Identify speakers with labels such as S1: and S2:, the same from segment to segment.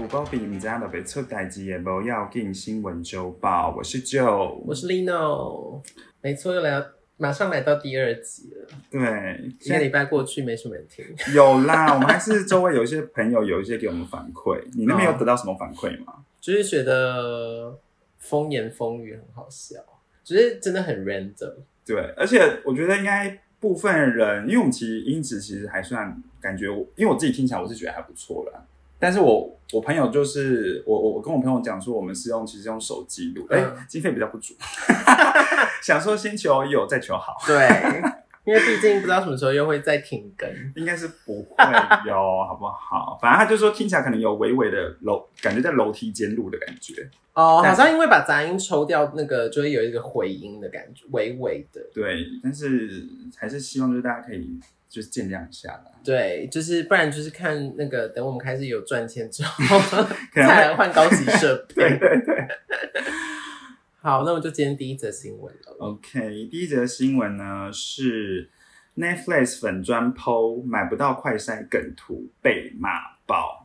S1: 有够比毋知影就袂出代志的无要紧。新闻周报，我是 Joe。
S2: 我是 Lino，没错，又来到，马上来到第二集了。
S1: 对，
S2: 一个
S1: 现
S2: 礼拜过去，没什么人听。
S1: 在有啦，我们还是周围有一些朋友有一些给我们反馈。你那边
S2: 哦
S1: 有得到什么反馈 吗？
S2: 只是觉得风言风语很好笑，只是真的很 random。
S1: 对，而且我觉得应该部分人，因为我们其实音质其实还算感觉我，因为我自己听起来我是觉得还不错啦。但是我我朋友就是我我我跟我朋友讲说，我们是用其实用手机录，哎、
S2: 嗯
S1: 经费比较不足， 想说先求有再求好。
S2: 对， 因为毕竟不知道什么时候又会再停更。
S1: 应该是不会有，好不好？反正他就说听起来可能有微微的楼，感觉在楼梯间录的感觉。
S2: 哦，
S1: 但
S2: 好像因为把杂音抽掉，那个就会有一个回音的感觉，微微的。
S1: 对，但是还是希望就是大家可以就是见谅一下啦，
S2: 对，就是不然就是看那个，等我们开始有赚钱之后，
S1: 可
S2: 再
S1: 能会
S2: 来换高级设
S1: 对
S2: 备。好，那我们就今天第一则新闻了。
S1: OK，第一则新闻呢是 Netflix 粉砖 PO 买不到快筛梗图被骂爆。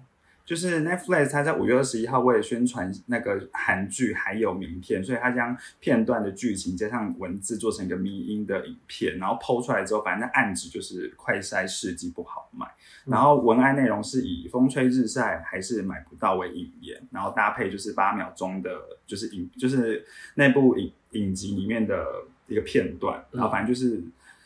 S1: 就是 Netflix，它在五月二十一号为了宣传那个韩剧《还有明天》，所以它将片段的剧情加上文字做成一个迷音的影片，然后剖出来之后，反正暗指就是快筛试剂不好卖，然后文案内容是以风吹日晒还是买不到为引言，然后搭配就是八秒钟的，就是影就是那部影影集里面的一个片段，然后反正就是、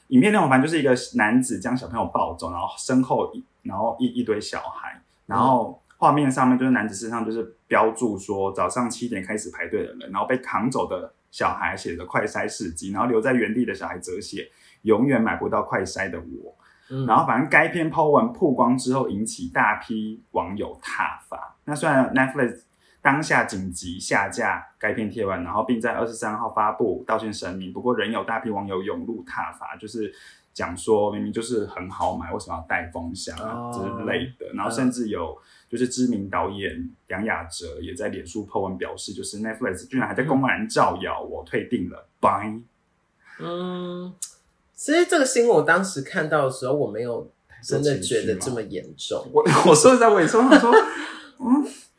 S1: 影片内容，反正就是一个男子将小朋友抱走，然后身后一然后一一堆小孩，然后画面上面就是男子身上就是标注说早上七点开始排队的人，然后被扛走的小孩写着快筛试剂，然后留在原地的小孩则写永远买不到快筛的我。
S2: 嗯，
S1: 然后反正该篇 Po 文曝光之后，引起大批网友挞伐。那虽然 Netflix 当下紧急下架该篇贴文，然后并在二十三号发布道歉声明，不过仍有大批网友涌入挞伐，就是讲说明明就是很好买，为什么要带风箱啊
S2: 哦嗯
S1: 之类的。然后甚至有就是知名导演梁雅哲也在脸书 Po 文表示，就是 Netflix 居然还在公然造谣，我退订了，拜。
S2: 嗯，其实这个新闻我当时看到的时候，我没有真的觉得这么严重。
S1: 我 我说实在，我也说，我说。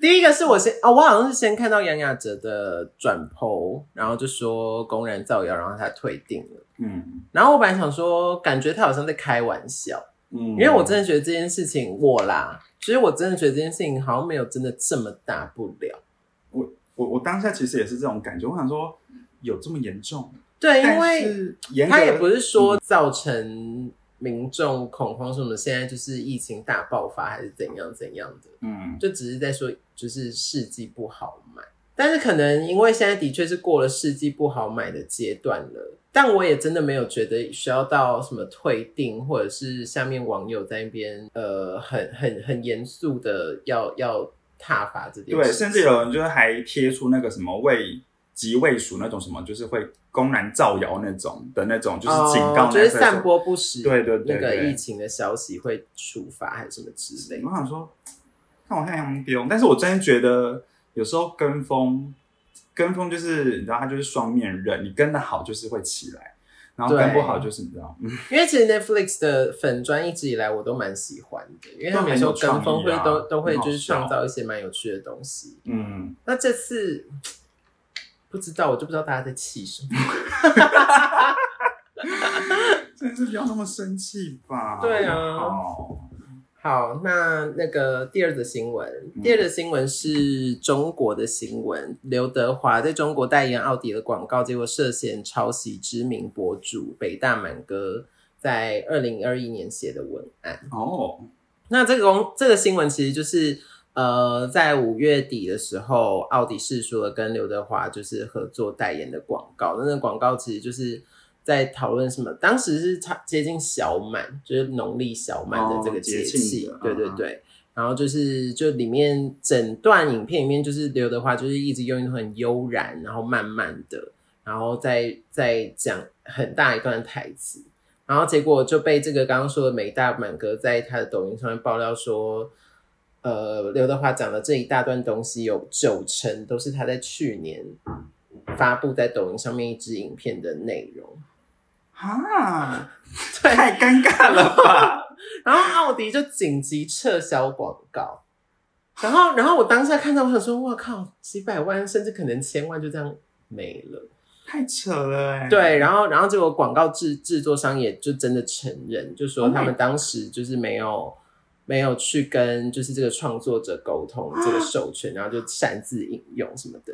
S2: 第一个是我先哦，我好像是先看到杨雅哲的转剖，然后就说公然造谣，然后他退订了。
S1: 嗯
S2: 然后我本来想说，感觉他好像在开玩笑，
S1: 嗯，因
S2: 因为我真的觉得这件事情我啦，其实我真的觉得这件事情好像没有真的这么大不了。
S1: 我我当下其实也是这种感觉，我想说有这么严重？
S2: 对，因
S1: 但
S2: 为
S1: 是严格
S2: 他也不是说造成民众恐慌什么，现在就是疫情大爆发还是怎样怎样的，
S1: 嗯，
S2: 就只是在说就是试剂不好买。但是可能因为现在的确是过了试剂不好买的阶段了，但我也真的没有觉得需要到什么退订，或者是下面网友在那边呃很很很严肃的要要挞伐这件事
S1: 对，
S2: 情，
S1: 甚至有人就是还贴出那个什么卫即卫署那种什么，就是会公然造谣那种的那种，就是警告、
S2: 哦，就是散。播不实，
S1: 对对对
S2: 那个
S1: 对
S2: 疫情的消息会处罚还是什么之类的。
S1: 我想说，看我太阳不用，但是我真的觉得有时候跟风，跟风就是你知道，他就是双面刃，你跟的好就是会起来，然后跟
S2: 对
S1: 不好就是你知道，嗯
S2: 因为其实 Netflix 的粉砖一直以来我都蛮喜欢的，因为他们有时候跟风会都都会就是创造一些蛮有趣的东西。
S1: 嗯，
S2: 那这次不知道，我就不知道大家在气什么。
S1: 真的是不要那么生气吧。
S2: 对啊
S1: 好
S2: 好，那那个第二则新闻，第二则新闻是中国的新闻，刘德华在中国代言奥迪的广告，结果涉嫌抄袭知名博主北大满哥在二零二一年写的文案。
S1: 哦，
S2: 那这个公这个新闻其实就是呃，在五月底的时候，奥迪试出了跟刘德华就是合作代言的广告。那那广告其实就是在讨论什么，当时是差接近小满，就是农历小满的这个
S1: 哦节庆
S2: 气，
S1: 的
S2: 对对
S1: 嗯嗯
S2: 对。然后就是，就里面整段影片里面，就是刘德华就是一直用一种很悠然，然后慢慢的，然后再再讲很大一段台词，然后结果就被这个刚刚说的美大满哥在他的抖音上面爆料说，呃，刘德华讲的这一大段东西有九成都是他在去年发布在抖音上面一支影片的内容。
S1: 哈，
S2: 对
S1: 太 尴尬了吧？
S2: 然后奥迪就紧急撤销广告，然后，然后我当下看到，我想说，哇靠，几百万甚至可能千万就这样没了。
S1: 太扯了哎、欸。
S2: 对，然后，然后结果广告制制作商也就真的承认，就说
S1: Oh my
S2: 他们当时就是没有没有去跟就是这个创作者沟通这个授权，然后就擅自引用什么的。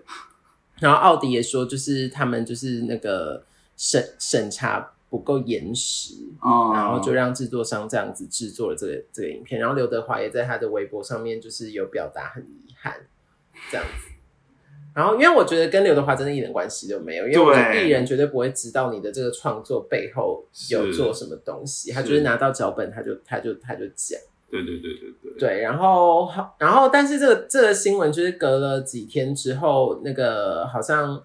S2: 然后奥迪也说，就是他们就是那个审审查不够严实，
S1: 哦，
S2: 然后就让制作商这样子制作了这个这个影片。然后刘德华也在他的微博上面就是有表达很遗憾这样子。然后因为我觉得跟刘德华真的一点关系都没有，因为我觉得
S1: 对
S2: 艺人绝对不会知道你的这个创作背后有
S1: 是
S2: 做什么东西，他
S1: 是
S2: 就是拿到脚本他就他就他就讲。
S1: 对对对对对，
S2: 对，然后然后，但是这个这个新闻就是隔了几天之后，那个好像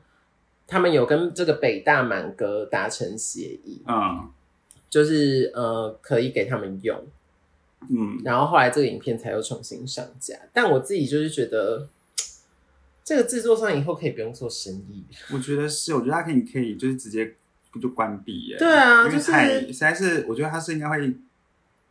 S2: 他们有跟这个北大满哥达成协议，
S1: 嗯
S2: 就是呃可以给他们用，
S1: 嗯，
S2: 然后后来这个影片才又重新上架。但我自己就是觉得，这个制作商以后可以不用做生意。
S1: 我觉得是，我觉得他可以可以就是直接就关闭耶、
S2: 对啊，
S1: 因
S2: 就
S1: 为
S2: 是
S1: 太实在是，我觉得他是应该会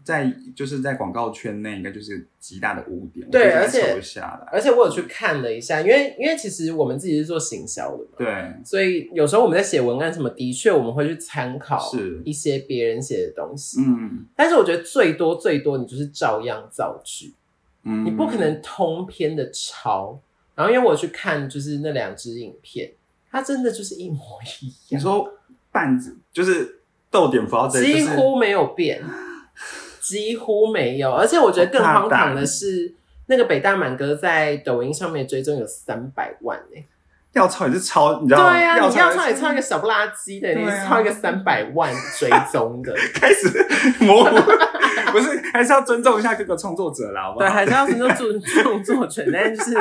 S1: 在就是在广告圈内应该就是极大的污点，我
S2: 对
S1: 觉得
S2: 而
S1: 应该
S2: 且
S1: 收下来，
S2: 而且我有去看了一下，因为因为其实我们自己是做行销的嘛，
S1: 对，
S2: 所以有时候我们在写文案什么，的确我们会去参考
S1: 是
S2: 一些别人写的东西，
S1: 嗯
S2: 但是我觉得最多最多你就是照样造句，
S1: 嗯，
S2: 你不可能通篇的抄。然后因为我去看就是那两支影片，它真的就是一模一
S1: 你
S2: 样，
S1: 说半子就是逗点符号这
S2: 几乎没有变，几乎没有。而且我觉得更荒唐的是，那个北大满哥在抖音上面追踪有三百万哎、
S1: 要抄也是抄，你知
S2: 对
S1: 道吗？
S2: 啊，你要
S1: 要
S2: 唱
S1: 也
S2: 也
S1: 是
S2: 唱一个小不拉几的，你
S1: 对啊
S2: 唱一个三百万追踪的，
S1: 开始模糊，不是，还是要尊重一下各个创作者啦，好不
S2: 对，
S1: 好？
S2: 还是要尊重著著作权，但是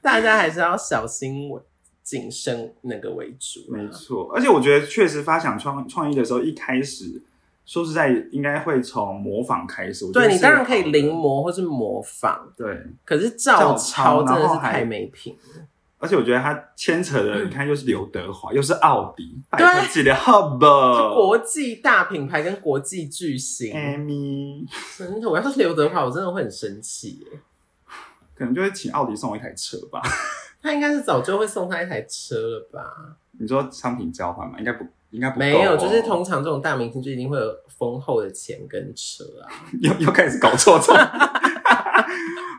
S2: 大家还是要小心为谨慎那个为主啦。
S1: 没错，而且我觉得确实发想创创意的时候，一开始说实在应该会从模仿开始。我觉得
S2: 对你
S1: 是
S2: 当然可以
S1: 好的
S2: 临摹或是模仿，
S1: 对，
S2: 可是照
S1: 照
S2: 抄
S1: 抄
S2: 真的
S1: 然
S2: 是
S1: 后还
S2: 太没品了。
S1: 而且我觉得他牵扯的，你看又是刘德华，又是奥 迪，拜
S2: 对
S1: 托记得 Hub
S2: 是国际大品牌跟国际巨星，
S1: Amy，
S2: 真的，我要是刘德华，我真的会很生气耶。
S1: 可能就会请奥迪送我一台车吧。
S2: 他应该是早就会送他一台车了吧？
S1: 你说商品交换嘛，应该不，应该不够
S2: 没有，
S1: 哦
S2: 就是通常这种大明星就一定会有丰厚的钱跟车啊。
S1: 又又开始搞错 重点。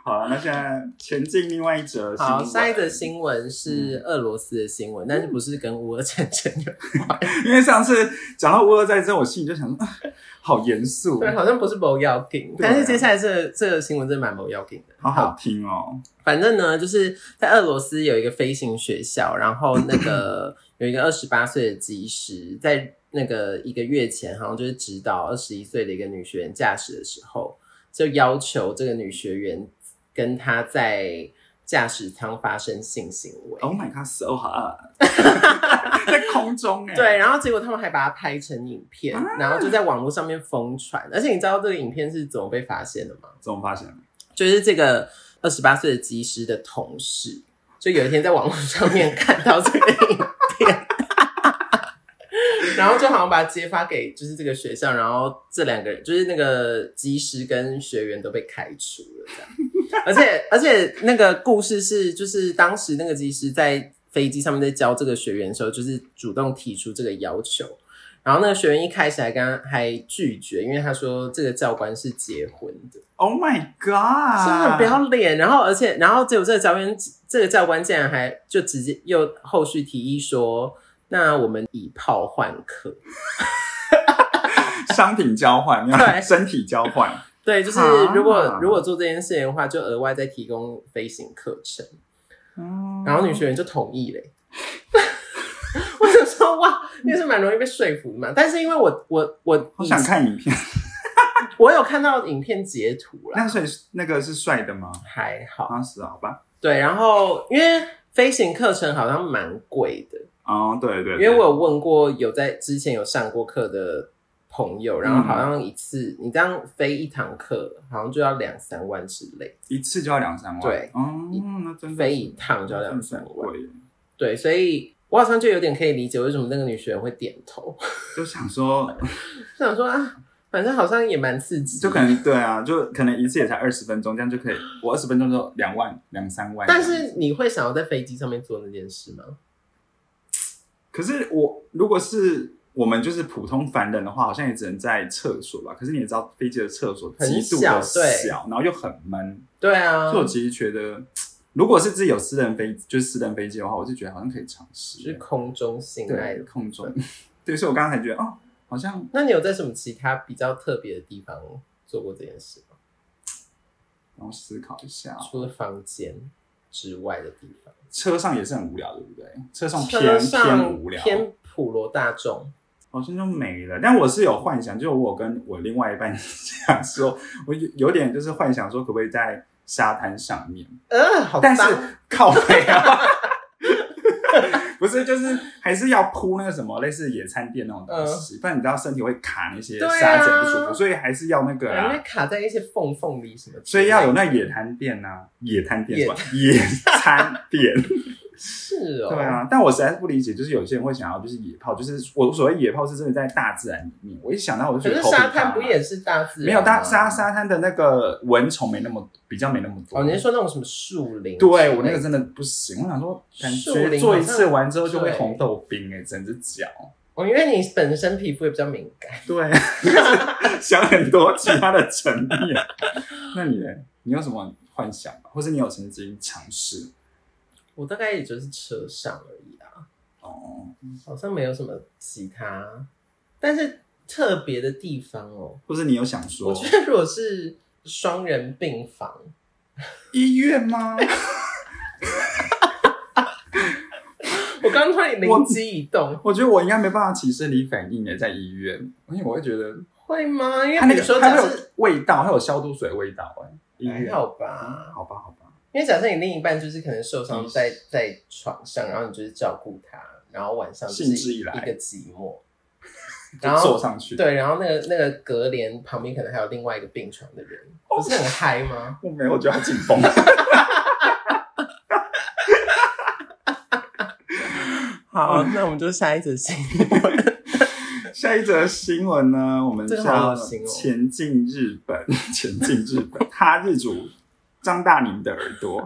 S1: 好啊了，那现在前进另外一则新闻。嗯
S2: 好，下一则新闻是俄罗斯的新闻，但是不是跟乌俄战争有关？
S1: 因为上次讲到乌俄战争，我心里就想说，啊好严肃，
S2: 对，好像不是某要紧，
S1: 对啊
S2: 但是接下来这个这个新闻真的蛮某要紧的。
S1: 好好听哦。
S2: 反正呢，就是在俄罗斯有一个飞行学校，然后那个 有一个二十八岁的技师，在那个一个月前，好像就是指导二十一岁的一个女学员驾驶的时候，就要求这个女学员跟她在驾驶舱发生性行为。
S1: Oh my god，so hot，在空中哎、
S2: 对，，然后结果他们还把它拍成影
S1: 啊
S2: 片，然后就在网络上面疯传。而且你知道这个影片是怎么被发现的吗？
S1: 怎么发现？
S2: 就是这个二十八岁的技师的同事，就有一天在网络上面看到这个影片， 然后就好像把它揭发给就是这个学校，然后这两个人就是那个技师跟学员都被开除了这样。而且而且那个故事是，就是当时那个技师在飞机上面在教这个学员的时候，就是主动提出这个要求。然后那个学员一开始还跟他还拒绝，因为他说这个教官是结婚的，
S1: Oh my god！
S2: 真的很不要脸。然后，而且，然后结果这个教官，这个教官竟然还就直接又后续提议说，那我们以炮换课，
S1: 商品交换，要
S2: 对嗯
S1: 身体交 换，
S2: 对，就是
S1: 啊
S2: 如果、如果做这件事情的话，就额外再提供飞行课程。
S1: 哦嗯
S2: 然后女学员就同意嘞、 我想说哇，你也是蛮容易被说服的嘛。但是因为我我我
S1: 好
S2: 以
S1: 想
S2: 前
S1: 看影片。
S2: 我有看到影片截图啦，
S1: 那所以那个是帅的吗？
S2: 还好。
S1: 啊，是好吧。
S2: 对，然后因为飞行课程好像蛮贵的，
S1: 哦，对对
S2: 因
S1: 对
S2: 为我有问过有在之前有上过课的朋友，
S1: 嗯
S2: 然后好像一次、你这样飞一堂课，好像就要两三万之类，
S1: 一次就要两三万。
S2: 对
S1: 哦，那真的
S2: 飞一趟就要两
S1: 三
S2: 三万。
S1: 贵耶，
S2: 对，所以我好像 就有点可以理解为什么那个女学员会点头，
S1: 就想说，
S2: 就想说啊。反正好像也蛮刺激，
S1: 就可能对啊，就可能一次也才二十分钟，这样就可以。我二十分钟就两万两三万。
S2: 但，是你会想要在飞机上面做那件事吗？
S1: 可是我如果是我们就是普通凡人的话，好像也只能在厕所吧。可是你也知道，飞机的厕所
S2: 很
S1: 极度的
S2: 小对
S1: 小，然后又很闷，
S2: 对啊，
S1: 所以我其实觉得，如果是自己有私人飞，就是私人飞机的话，我是觉得好像可以尝
S2: 就是
S1: 试。
S2: 空中性爱
S1: 对，。空中，对，所以我刚才觉得，哦，好像
S2: 那你有在什么其他比较特别的地方做过这件事吗？
S1: 让我思考一下，
S2: 除了房间之外的地方，
S1: 车上也是很无聊，对不对？车上
S2: 车
S1: 偏
S2: 上
S1: 偏无聊，
S2: 偏普罗大众。
S1: 好像就没了。但我是有幻想，就是我跟我另外一半讲说， 我有有点就是幻想说，可不可以在沙滩上面？
S2: 呃，好
S1: 但是
S2: 脏，
S1: 靠背啊， 不是，就是还是要铺那个什么类似野餐垫那种东西，不然你知道身体会卡那些
S2: 嗯对啊
S1: 沙子很不舒服，所以还是要那个
S2: 人会
S1: 啦。
S2: 卡在一些缝缝里什么之类的，
S1: 啊所以要有那野餐垫呐、啊，野餐垫是吧？野餐垫，
S2: 是哦，
S1: 对，啊。但我实在是不理解，就是有些人会想要就是野炮，就是我所谓野炮是真的在大自然里面。我一想到我就觉
S2: 可
S1: 得
S2: 是
S1: 头皮
S2: 沙
S1: 发麻
S2: 滩不也是啊大自然？
S1: 没有大沙。沙滩的那个蚊虫没那么比较没那么多。
S2: 哦，你是说那种什么树林？
S1: 对我那个真的不行，我想说，感
S2: 树
S1: 觉
S2: 林
S1: 做一
S2: 好像
S1: 次完之后就会
S2: 对
S1: 红豆冰哎、整只 脚。
S2: 哦，因为你本身皮肤也比较敏感，
S1: 对，就是想很多其他的层面。 那你呢？你有什么幻想吗？或是你有曾经尝试？
S2: 我大概也就是车上而已啊，
S1: 哦，
S2: 好像没有什么其他，但是特别的地方哦，
S1: 或是你有想说
S2: 我觉得如果是双人病房，
S1: 医院吗？
S2: 我刚刚突然灵机一动，
S1: 我觉得我应该没办法起生理反应耶，在医院，而且我会觉得
S2: 会吗？因为
S1: 它那
S2: 比
S1: 个
S2: 如说
S1: 它
S2: 假
S1: 会有
S2: 设
S1: 味道，它有消毒水味道哎，医
S2: 还
S1: 院
S2: 好
S1: 嗯
S2: 吧，
S1: 好吧，好吧。
S2: 因为假设你另一半就是可能受伤
S1: 嗯
S2: 在在床上，然后你就是照顾他，然后晚上就是
S1: 兴致一来
S2: 个寂 寞，
S1: 就
S2: 然后
S1: 坐上去。，
S2: 对，然后那个那个隔帘旁边可能还有另外一个病床的人，
S1: 哦
S2: 不是很嗨吗？
S1: 我没有，我觉得他紧绷。 好，
S2: 那我们就下一则新
S1: 下一则新闻呢，我们
S2: 这个好
S1: 要
S2: 恶心哦
S1: 前进日本， 前进日本， 他日主张大宁的耳朵。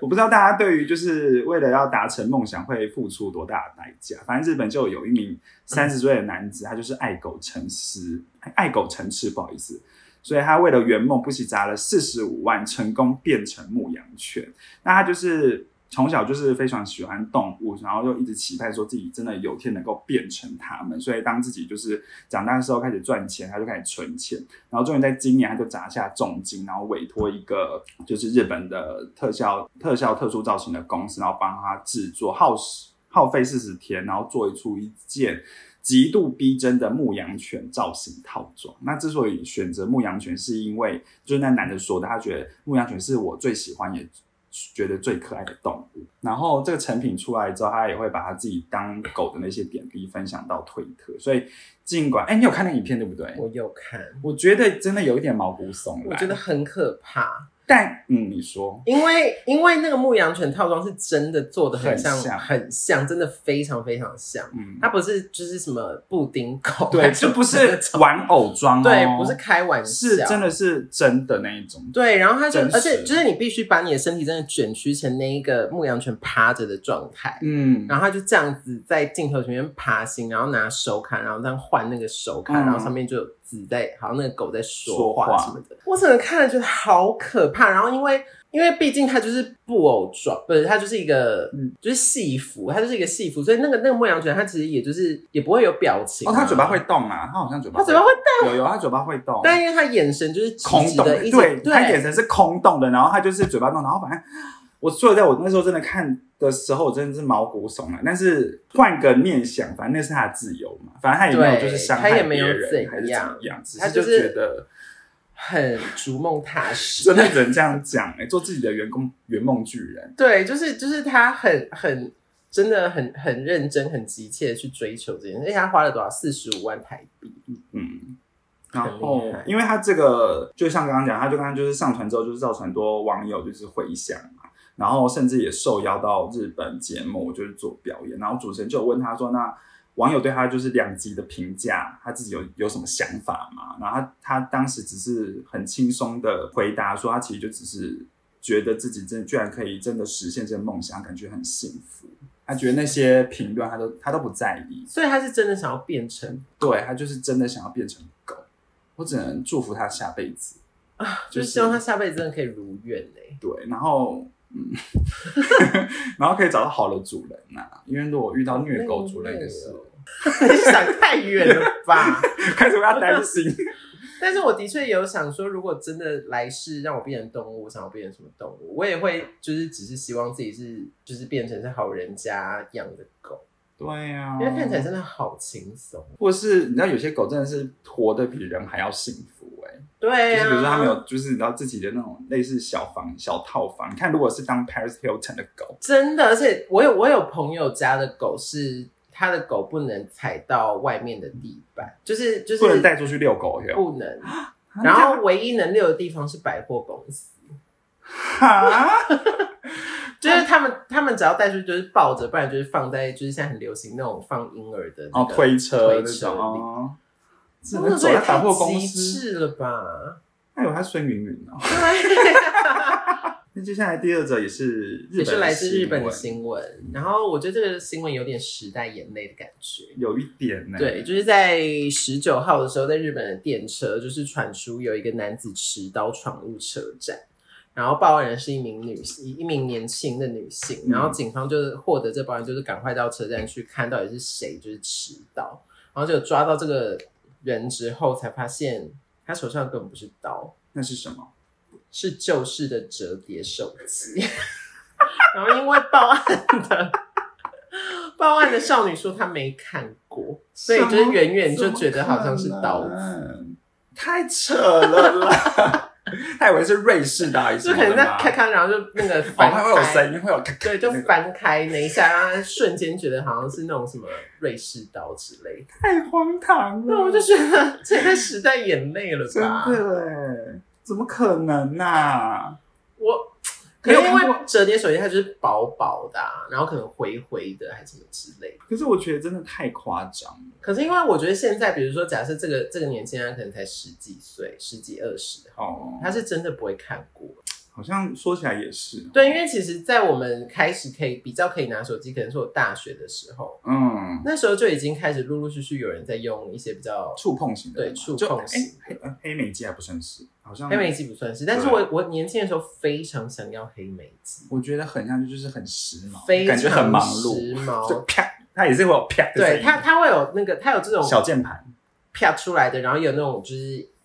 S1: 我不知道大家对于就是为了要达成梦想会付出多大的代价。反正日本就有一名三十岁的男子，他就是爱狗成痴，爱爱狗成痴，不好意思。所以他为了圆梦，不惜砸了四十五万，成功变成牧羊犬。那他就是从小就是非常喜欢动物，然后又一直期盼说自己真的有天能够变成它们。所以当自己就是长大的时候开始赚钱，他就开始存钱，然后终于在今年他就砸下重金，然后委托一个就是日本的特效特效特殊造型的公司，然后帮他制作，耗时耗费四十天，然后做出一件。极度逼真的牧羊犬造型套装。那之所以选择牧羊犬，是因为就是那男的说的，他觉得牧羊犬是我最喜欢也觉得最可爱的动物。然后这个成品出来之后，他也会把他自己当狗的那些点滴分享到推特。所以尽管哎，你有看那影片对不对？
S2: 我有看，
S1: 我觉得真的有一点毛骨悚然。
S2: 我觉得，很可怕，
S1: 但嗯，你说
S2: 因为因为那个牧羊犬套装是真的做的很像，
S1: 很像
S2: 很像，真的非常非常像。
S1: 嗯，
S2: 它不是就是什么布丁狗，
S1: 对， 就不是玩偶装、哦，
S2: 对，不是开玩笑，
S1: 是真的是真的那一种。
S2: 对，然后它就，
S1: 真实
S2: 而且就是你必须把你的身体真的卷曲成那一个牧羊犬趴着的状态，
S1: 嗯，
S2: 然后它就这样子在镜头前面爬行，然后拿手卡，然后这样换那个手卡，
S1: 嗯
S2: 然后上面就有字在，好像那个狗在说
S1: 说
S2: 话
S1: 话
S2: 什么的。我整个看了觉得好可怕。然后因为因为毕竟它就是布偶装，不是它就是一个、
S1: 嗯
S2: 就是戏服，它就是一个戏服，所以那个那个牧羊犬它其实也就是也不会有表情、
S1: 哦，他嘴巴会，动啊，他好像嘴巴
S2: 它嘴巴会，
S1: 动，有有，他嘴巴会动，
S2: 但因为它眼神就是直
S1: 空
S2: 直
S1: 洞，
S2: 的，一直
S1: 对，
S2: 对，
S1: 他眼神是空洞的，然后他就是嘴巴动，然后反正我坐在我那时候真的看的时候，我真的是毛骨悚然。但是换个念想，反正那是他的自由嘛，反正他也没有
S2: 对
S1: 就是伤
S2: 他
S1: 害
S2: 也没
S1: 别
S2: 有
S1: 人
S2: 怎
S1: 还是怎么
S2: 样
S1: 样，只
S2: 他
S1: 是就
S2: 就是
S1: 觉得
S2: 很逐梦踏实，
S1: 真的只能这样讲，哎，做自己的员工圆梦巨人，
S2: 对，就是就是他很很真的很很认真、很急切的去追求这件事，而且他花了多少四十五万台币，
S1: 嗯。然
S2: 很厉
S1: 后
S2: 害，
S1: 因为他这个就像刚刚讲，他就刚刚就是上传之后，就是造成很多网友就是回响嘛，然后甚至也受邀到日本节目就是做表演，然后主持人就有问他说：“那网友对他就是两极的评价，他自己有有什么想法嘛？然后他他当时只是很轻松的回答说，他其实就只是觉得自己真居然可以真的实现这个梦想，感觉很幸福。他觉得那些评论他都他都不在意，
S2: 所以他是真的想要变成，
S1: 对他就是真的想要变成狗。我只能祝福他下辈子。
S2: 就是希望他下辈子真的可以如愿 呢、
S1: 对，然后嗯， 然后可以找到好的主人呐、因为如果遇到虐狗主人的时候，
S2: 你想太远了 吧？
S1: 开始为他担心。
S2: 但是我的确有想说，如果真的来世让我变成动物，我想要变成什么动物，我也会就是只是希望自己是就是变成是好人家养的狗，
S1: 对呀、
S2: 因为看起来真的好轻松。
S1: 或是你知道有些狗真的是活得比人还要幸福哎、
S2: 对
S1: 就是
S2: 啊，
S1: 比如说它们有就是你知道自己的那种类似小房小套房，你看如果是当 Paris Hilton 的狗，
S2: 真的，而且我有我有朋友家的狗是他的狗不能踩到外面的地板，就是就是
S1: 不能带出去遛狗哟。
S2: 不能，
S1: 啊
S2: 然后唯一能溜的地方是百货公司。
S1: 哈，
S2: 就是他们，他们只要带出去就是抱着，不然就是放在，就是现在很流行那种放婴儿的、那
S1: 哦
S2: 个
S1: 推车
S2: 推
S1: 那
S2: 车
S1: 种
S2: 里
S1: 哦，只
S2: 那
S1: 能
S2: 时
S1: 走
S2: 候也
S1: 在
S2: 太
S1: 百货公
S2: 极
S1: 司。
S2: 致了吧？
S1: 哎呦，他孙云云哦。
S2: 对，
S1: 那接下来第二则也是日本的
S2: 也是来自日本 的
S1: 新
S2: 新闻。然后我觉得这个新闻有点时代眼泪的感觉。
S1: 闻，有一点呢、
S2: 对，，就是在十九号的时候，在日本的电车就是传出有一个男子持刀闯入车站，然后报案人是一名女一名年轻的女性，
S1: 嗯
S2: 然后警方就是获得这报案，就是赶快到车站去看到底是谁就是持刀，然后就抓到这个人之后，才发现他手上根本不是刀，
S1: 那是什么？
S2: 是旧式的折叠手机。 然后因为报案的报案的少女说她没看过，所以就是远远就觉得好像是刀
S1: 怎么
S2: 子，
S1: 可能，太扯了 啦！他以为是瑞士的还是什
S2: 就
S1: 么
S2: 可能
S1: 的
S2: 在
S1: 吗？
S2: 咔咔，然后就那个
S1: 哦，
S2: 翻
S1: 它会有
S2: 开，
S1: 声音，会有咔咔
S2: 对，就翻开那一下，让她瞬间觉得好像是那种什么瑞士刀之类的。
S1: 太荒唐了。
S2: 那我就觉得这也太时代眼泪了
S1: 嗯真
S2: 吧？
S1: 的哎，怎么可能呐、啊？
S2: 我。可
S1: 没
S2: 是
S1: 有
S2: 因
S1: 看
S2: 为折叠手机它就是薄薄的、啊，然后可能灰灰的还是什么之类的。
S1: 可是我觉得真的太夸张了。
S2: 可是因为我觉得现在，比如说，假设这个这个年轻人他可能才十几岁，十几二十，
S1: 哦，
S2: 他是真的不会看过。
S1: 好像说起来也是。
S2: 对，因为其实，在我们开始可以比较可以拿手机，可能是我大学的时候，
S1: 嗯，
S2: 那时候就已经开始陆陆续续有人在用一些比较
S1: 触碰型的
S2: 对
S1: 嘛
S2: 触
S1: 就
S2: 碰型
S1: 哎黑黑莓机还不算是，好像
S2: 黑莓机不算是，但是
S1: 啊
S2: 我我年轻的时候非常想要黑莓机，
S1: 我觉得很像就是很时髦，
S2: 非常
S1: 感觉很忙
S2: 时
S1: 碌，就
S2: 髦。
S1: 啪，它也是会有啪的声
S2: 对
S1: 音
S2: 它，它会有那个，它有这种
S1: 小键盘
S2: 啪出来的，然后有那种就是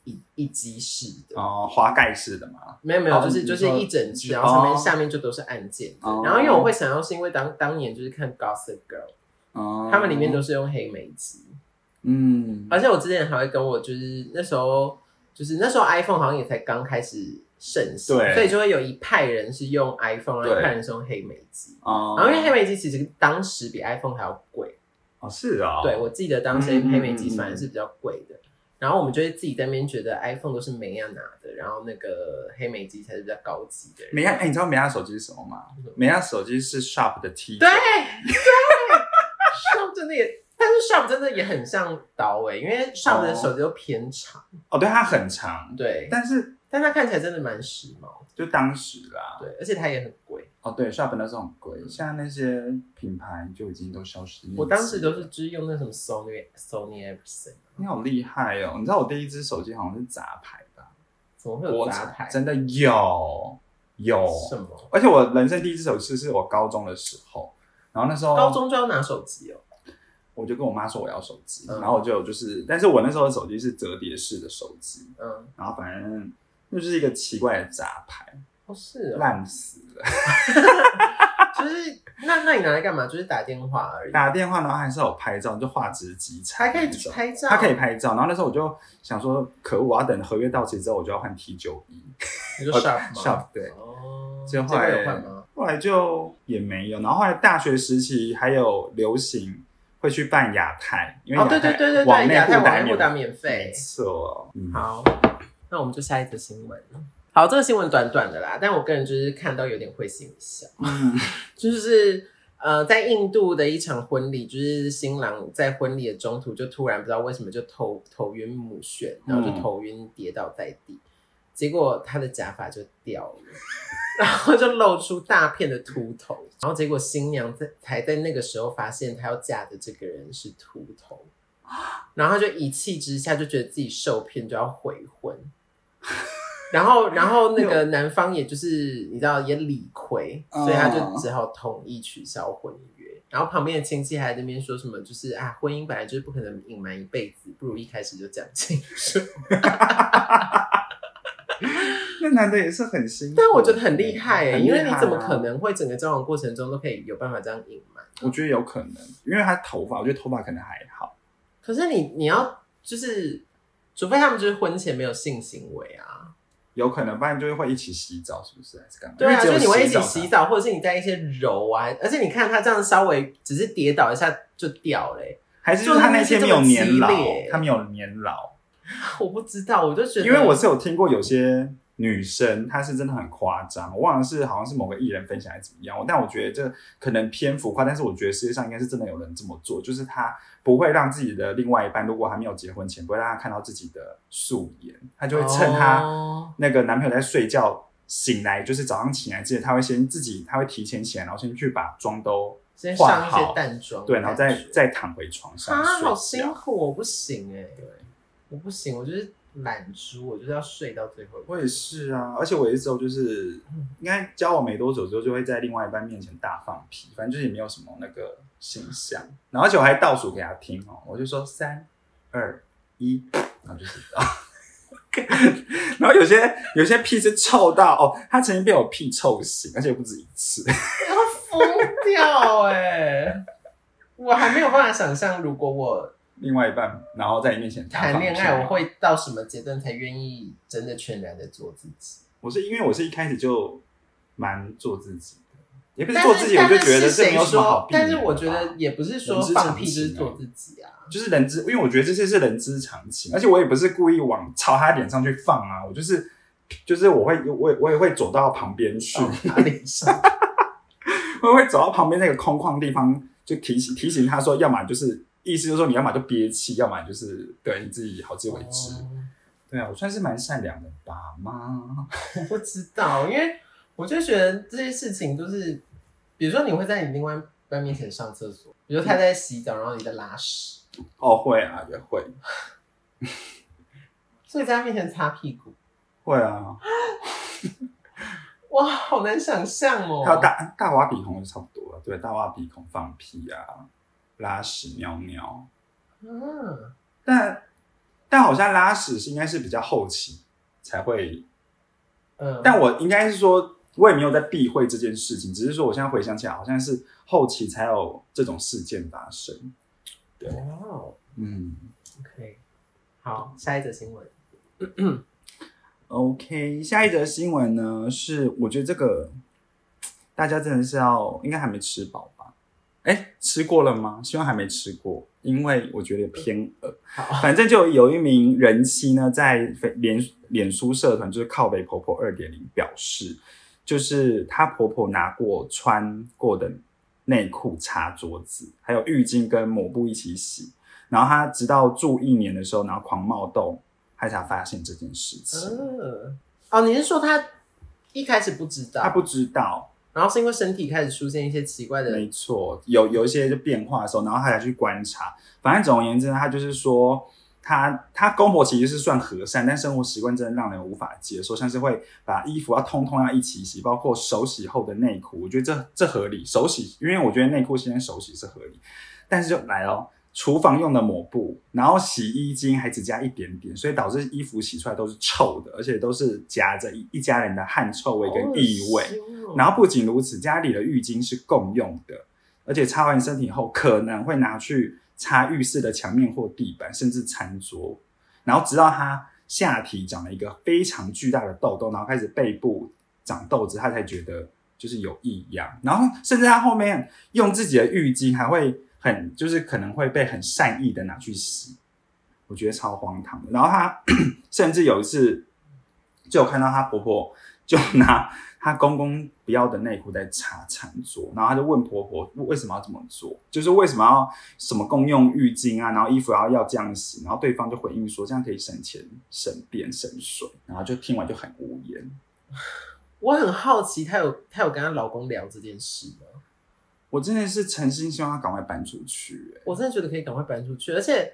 S2: 一一机式的，
S1: 哦，滑盖式的嘛，
S2: 没有没有，
S1: 哦
S2: 就是
S1: 你
S2: 就
S1: 说
S2: 是一整只，
S1: 哦
S2: 然后上面下面就都是按键的。
S1: 哦
S2: 然后因为我会想要，是因为当当年就是看《Gossip Girl》，
S1: 哦，
S2: 他们里面都是用黑莓机，
S1: 嗯，
S2: 而且我之前还会跟我就是那时候就是那时候 iPhone 好像也才刚开始盛行，
S1: 对
S2: 所以就会有一派人是用 iPhone，然后
S1: 对
S2: 一派人是用黑莓机。
S1: 哦，
S2: 然后因为黑莓机其实当时比 iPhone 还要贵，
S1: 哦是啊，
S2: 对我记得当时
S1: 嗯
S2: 黑莓机
S1: 嗯嗯
S2: 反而是比较贵的。然后我们就会自己在那边觉得 iPhone 都是梅亚拿的，然后那个黑莓机才是比较高级的。
S1: 美亚，哎，你知道美亚手机是什么吗
S2: 什么？
S1: 美亚手机是 Sharp 的 T，
S2: 嗯对对，Shop 真的也，但是 Shop 真的也很像刀诶、因为 Shop 的手机都偏长，
S1: 哦，对，它很长，
S2: 对，但
S1: 但是
S2: 但它看起来真的蛮时髦的，
S1: 就当时啦，
S2: 对，而且它也很贵。
S1: 哦，对，Sharp 那时候很贵，现在那些品牌就已经都消失。
S2: 我当时都是，只用那什么 Sony Sony Ericsson，啊
S1: 你好厉害哦！你知道我第一只手机好像是杂牌吧？
S2: 怎么会有
S1: 国
S2: 杂
S1: 产
S2: 牌？
S1: 真的有有
S2: 什么？
S1: 而且我人生第一只手机是我高中的时候，然后那时候
S2: 高中就要拿手机哦、
S1: 我就跟我妈说我要手机，
S2: 嗯
S1: 然后我就就是，但是我那时候的手机是折叠式的手机，
S2: 嗯，
S1: 然后反正那就是一个奇怪的杂牌，
S2: 哦是哦、
S1: 烂死了。
S2: 就是那那你拿来干嘛？就是打电话而已，
S1: 打电话然后还是有拍照，就画质极差
S2: 还
S1: 那
S2: 可
S1: 种，
S2: 以拍照，
S1: 他可以，拍照，然后那时候我就想说，可恶，我要等合约到期之后，我就要换 T 九一。
S2: 你说 Shop 吗
S1: Sharp，对呃
S2: 哦，
S1: 结果
S2: 这
S1: 后
S2: 个
S1: 来
S2: 有换吗？
S1: 后来就也没有，然后后来大学时期还有流行会去办亚太，因为
S2: 哦，
S1: 亚
S2: 对
S1: 太
S2: 对对对
S1: 往
S2: 对，亚太网
S1: 内
S2: 内
S1: 互
S2: 互打
S1: 打免
S2: 免
S1: 费，
S2: 费
S1: 没，错，嗯，
S2: 好，那我们就下一则新闻。 好，这个新闻短短的啦，但我个人就是看到有点会心一笑，
S1: 嗯
S2: 就是呃，在印度的一场婚礼，就是新郎在婚礼的中途就突然不知道为什么就头头晕目眩，然后就头晕跌倒在地，结果他的假发就掉了， 然后就露出大片的秃头，然后结果新娘在才在那个时候发现她要嫁的这个人是秃头，然后她就一气之下就觉得自己受骗，就要悔婚。然后，然后那个男方也就是你知道也理亏，
S3: 哦
S2: 所以他就只好同意取消婚约。然后旁边的亲戚还在那边说什么，就是啊，婚姻本来就是不可能隐瞒一辈子，不如一开始就讲清楚。
S1: 那男的也是很辛苦，
S2: 但我觉得很厉害、欸，
S1: 很厉
S2: 因
S1: 害啊
S2: 为你怎么可？能会整个交往过程中都可以有办法这样隐瞒？
S1: 我觉得有可能，因为他头发，我觉得头发可能还好。
S2: 可是你你要就是，除非他们就是婚前没有性行为啊，
S1: 有可能，不然就是会一起洗澡，是不是？还是干嘛？
S2: 对啊，
S1: 因
S2: 就
S1: 为只
S2: 你
S1: 有
S2: 会一
S1: 洗
S2: 起
S1: 澡
S2: 洗
S1: 才
S2: 澡，或者是你在一些揉啊，而且你看他这样稍微只是跌倒一下就掉欸嘞、
S1: 还是就是他那天没有年老
S2: 就那天是这么激烈，
S1: 他没有年老，
S2: 我不知道，我就觉得，
S1: 因为我是有听过有些女生她是真的很夸张，我忘了是好像是某个艺人分享还是怎么样，但我觉得这可能偏浮夸，但是我觉得世界上应该是真的有人这么做，就是她不会让自己的另外一半，如果还没有结婚前，不会让他看到自己的素颜，她就会趁她。
S2: 哦
S1: 那个男朋友在睡觉醒来，就是早上起来之前，他会先自己，他会提前起来，然后先去把妆都
S2: 先
S1: 化
S2: 上一
S1: 好
S2: 些，淡妆，
S1: 对，然后再再躺回床上
S2: 啊，好
S1: 睡
S2: 辛
S1: 觉。
S2: 苦，我不行哎、我不行，我就是懒猪，我就是要睡到最后一刻。
S1: 我也是啊，而且我一直都就是，
S2: 嗯
S1: 应该交往没多久之后，就会在另外一半面前大放屁，反正就是也没有什么那个形象，然后而且我还倒数给他听哦，我就说三二一，然后就知道。 然后有些有些屁是臭到哦，他曾经被我屁臭醒，而且不止一次。
S2: 疯掉哎、我还没有办法想象，如果我
S1: 另外一半，然后在你面前大
S2: 谈
S1: 放
S2: 恋
S1: 屁
S2: 爱，我，会到什么阶段才愿意真的全然的做自己？
S1: 我是因为我是一开始就蛮做自己的，也不是
S2: 但
S1: 做自己，我
S2: 但
S1: 就是觉得
S2: 是
S1: 这
S2: 谁
S1: 没有什么好
S2: 说？
S1: 避免
S2: 但
S1: 的吧
S2: 是我觉得也不是说
S1: 人之
S2: 放
S1: 常
S2: 屁就
S1: 情
S2: 是做
S1: 啊
S2: 自己啊。
S1: 就是人之，因为我觉得这些是人之常情，而且我也不是故意往朝他脸上去放啊，我就是就是我会我也我也会走到旁边去，
S2: 哦哪里上？
S1: 我会走到旁边那个空旷地方，就提醒提醒他说，要么就是意思就是说你要么就憋气，要么就是对你自己好自为之。
S2: 哦
S1: 对啊，我算是蛮善良的吧妈。
S2: 我不知道，因为我就觉得这些事情都是，比如说你会在你另外一半面前上厕所，比如他在洗澡，然后你在拉屎，
S1: 哦，会啊，也会，
S2: 所以在他面前擦屁股，
S1: 会啊。
S2: 哇，好难想象哦。
S1: 还有大大挖鼻孔就差不多了，对，大挖鼻孔放屁啊，拉屎尿尿，
S2: 嗯，
S1: 但但好像拉屎是应该是比较后期才会，
S2: 嗯，
S1: 但我应该是说，我也没有在避讳这件事情，只是说我现在回想起来，好像是后期才有这种事件发生。
S2: 哇哦
S1: 嗯
S2: ，OK，好，下一则新闻，
S1: ，OK，下一则新闻呢是，我觉得这个大家真的是要，应该还没吃饱吧？哎，吃过了吗？希望还没吃过，因为我觉得偏饿。
S2: 好，
S1: 反正就有一名人妻呢，在脸脸书社团，就是靠北婆婆二点零表示，就是她婆婆拿过穿过的内裤擦桌子，还有浴巾跟抹布一起洗，然后她直到住一年的时候，然后狂冒痘，她才发现这件事情。
S2: 嗯，哦，你是说他一开始不知道，
S1: 她不，知道，
S2: 然后是因为身体开始出现一些奇怪的，
S1: 没错，有有一些就变化的时候，然后她才去观察。反正总而言之呢，她就是说，她她公婆其实是算和善，但生活习惯真的让人无法接受，像是会把衣服要通通要一起洗，包括手洗后的内裤，我觉得这这合理。手洗，因为我觉得内裤先手洗是合理，但是就来哦。厨房用的抹布，然后洗衣精还只加一点点，所以导致衣服洗出来都是臭的，而且都是夹着一一家人的汗臭味跟异味。然
S2: 后
S1: 后不仅如此，家里的浴巾是共用的，而且擦完身体后可能会拿去擦浴室的墙面或地板，甚至餐桌。然后直到她下体长了一个非常巨大的痘痘，然后开始背部长痘子，她才觉得就是有异样。然后甚至她后面用自己的浴巾还会很，就是可能会被很善意的拿去洗，我觉得超荒唐 的。然后她甚至有一次，就有看到她婆婆就拿她公公不要的内裤在擦餐桌，然后她就问婆婆为什么要这么做，就是为什么要什么共用浴巾啊，然后衣服要要这样洗，然后对方就回应说这样可以省钱、省便、省水，然后就听完就很无言。
S2: 我很好奇，她有她有跟她老公聊这件事吗？
S1: 我真的是诚心希望她赶快搬出去、欸
S2: 我真的觉得可以赶快搬出去，而且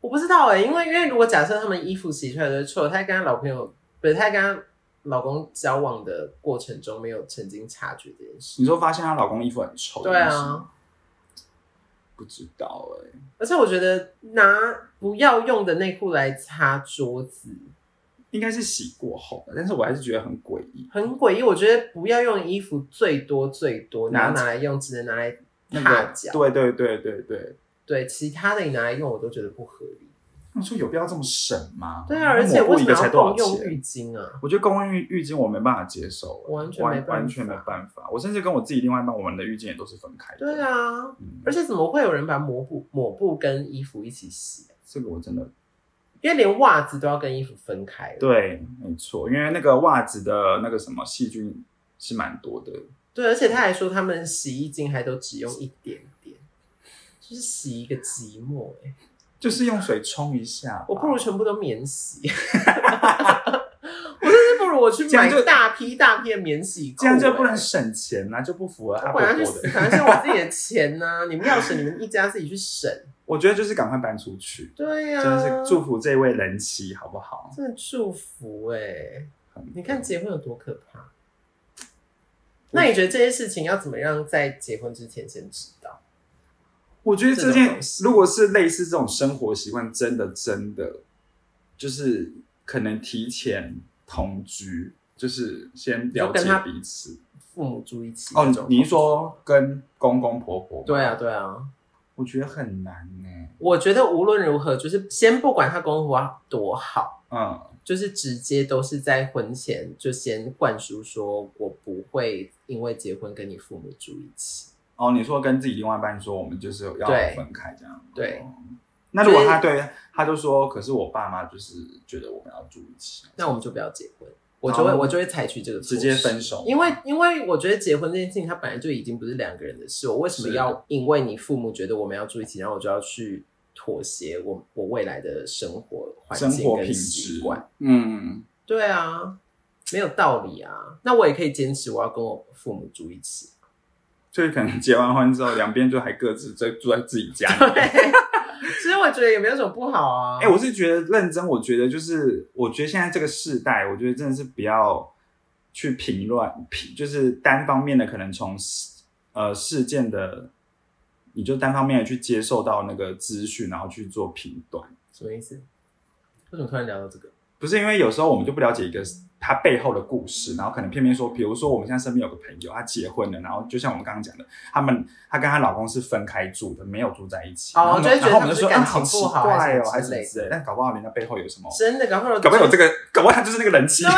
S2: 我不知道哎、因为因为如果假设他们衣服洗出来都是臭的，她跟她老朋友不是她跟她老公交往的过程中没有曾经察觉这件事
S1: 你，说发现她老公衣服很臭，
S2: 对啊，，
S1: 不知道哎、
S2: 而且我觉得拿不要用的内裤来擦桌子，
S1: 应该是洗过后的，但是我还是觉得很诡异。
S2: 很诡异。我觉得不要用衣服最多最多，然后拿来用只能拿来
S1: 那
S2: 踏
S1: 个
S2: 脚，
S1: 对对对对对，
S2: 对，其他的你拿来用我都觉得不合理。
S1: 他们说有必要这么省吗？
S2: 对啊，而且
S1: 那抹
S2: 为
S1: 布
S2: 什
S1: 一
S2: 么
S1: 个才
S2: 要
S1: 多少
S2: 共用
S1: 钱？
S2: 浴巾啊？
S1: 我觉得公寓浴巾我没办法接受，
S2: 完全没
S1: 完
S2: 办法
S1: 完全没办法。我甚至跟我自己另外一半，我们的浴巾也都是分开的。
S2: 对，啊，
S1: 嗯，
S2: 而且怎么会有人把抹布抹布跟衣服一起洗啊？
S1: 这个我真的
S2: 因为连袜子都要跟衣服分开了。
S1: 对，没错，因为那个袜子的那个什么细菌是蛮多的，
S2: 对，而且他还说他们洗衣精还都只用一点点，就是洗一个寂寞、欸。
S1: 就是用水冲一下吧。
S2: 我不如全部都免洗，我甚至不如我去
S1: 这
S2: 买
S1: 样就
S2: 大批大批的免洗裤、
S1: 这样就不能
S2: 欸
S1: 省钱呐、就不符合阿
S2: 我
S1: 伯
S2: 管他
S1: 伯
S2: 去死，
S1: 的。
S2: 反正是我自己的钱呐、你们要省，你们一家自己去省。
S1: 我觉得就是赶快搬出去，
S2: 对啊呀、
S1: 真的是祝福这位人妻好不好？
S2: 真的祝福哎、
S1: 很
S2: 你看结婚有多可怕？那你觉得这些事情要怎么样在结婚之前先知道？
S1: 我觉得这
S2: 这种
S1: 件
S2: 东西
S1: 如果是类似这种生活习惯，真的真的就是可能提前同居，就是先了
S2: 就跟
S1: 解
S2: 他
S1: 彼此。
S2: 父母住一起
S1: 哦
S2: 那种，
S1: 你是说跟公公婆婆？
S2: 对啊，，对啊。
S1: 我觉得很难呢、
S2: 我觉得无论如何，就是先不管他公婆多好，
S1: 嗯，
S2: 就是直接都是在婚前就先灌输说，我不会因为结婚跟你父母住一起。
S1: 哦，你说跟自己另外一半说，我们就是要
S2: 对
S1: 分开这样。
S2: 对
S1: 哦。那如果
S2: 就是
S1: 他对他就说，可是我爸妈就是觉得我们要住一起，
S2: 那我们就不要结婚，我就会、
S1: 哦
S2: 我就会采取这个措施
S1: 直接分手
S2: 因为因为我觉得结婚这件事情，它本来就已经不是两个人的事，我为什么
S1: 是
S2: 要因为你父母觉得我们要住一起，然后我就要去妥协我我未来的生活环
S1: 生
S2: 境
S1: 活
S2: 跟
S1: 品
S2: 习
S1: 质
S2: 惯？。
S1: 嗯，
S2: 对啊，没有道理啊。那我也可以坚持我要跟我父母住一起。
S1: 就是可能结完婚之后，两边就还各自在住在自己家里。
S2: 其实我觉得也没有什么不好啊。
S1: 哎、我是觉得认真，我觉得就是，我觉得现在这个世代，我觉得真的是不要去评论，评就是单方面的，可能从事呃事件的，你就单方面的去接受到那个资讯，然后去做评断，
S2: 什么意思？为什么突然聊到这个？
S1: 不是因为有时候我们就不了解一个他背后的故事，然后可能偏偏说，比如说我们现在身边有个朋友，他结婚了，然后就像我们刚刚讲的，他们她跟她老公是分开住的，没有住在一起，
S2: 哦
S1: 然后
S2: 就会觉得
S1: 然后我
S2: 他们
S1: 们
S2: 是
S1: 说
S2: 感
S1: 啊，好
S2: 情
S1: 奇
S2: 不好还
S1: 怪
S2: 是
S1: 哦，
S2: 什么
S1: 还
S2: 之
S1: 是什么
S2: 类
S1: 之类的，但搞不好人家背后有什么。
S2: 真的，搞不好
S1: 搞不好有
S2: 就是
S1: 这个，搞不好他就是那个人气
S2: 对。啊，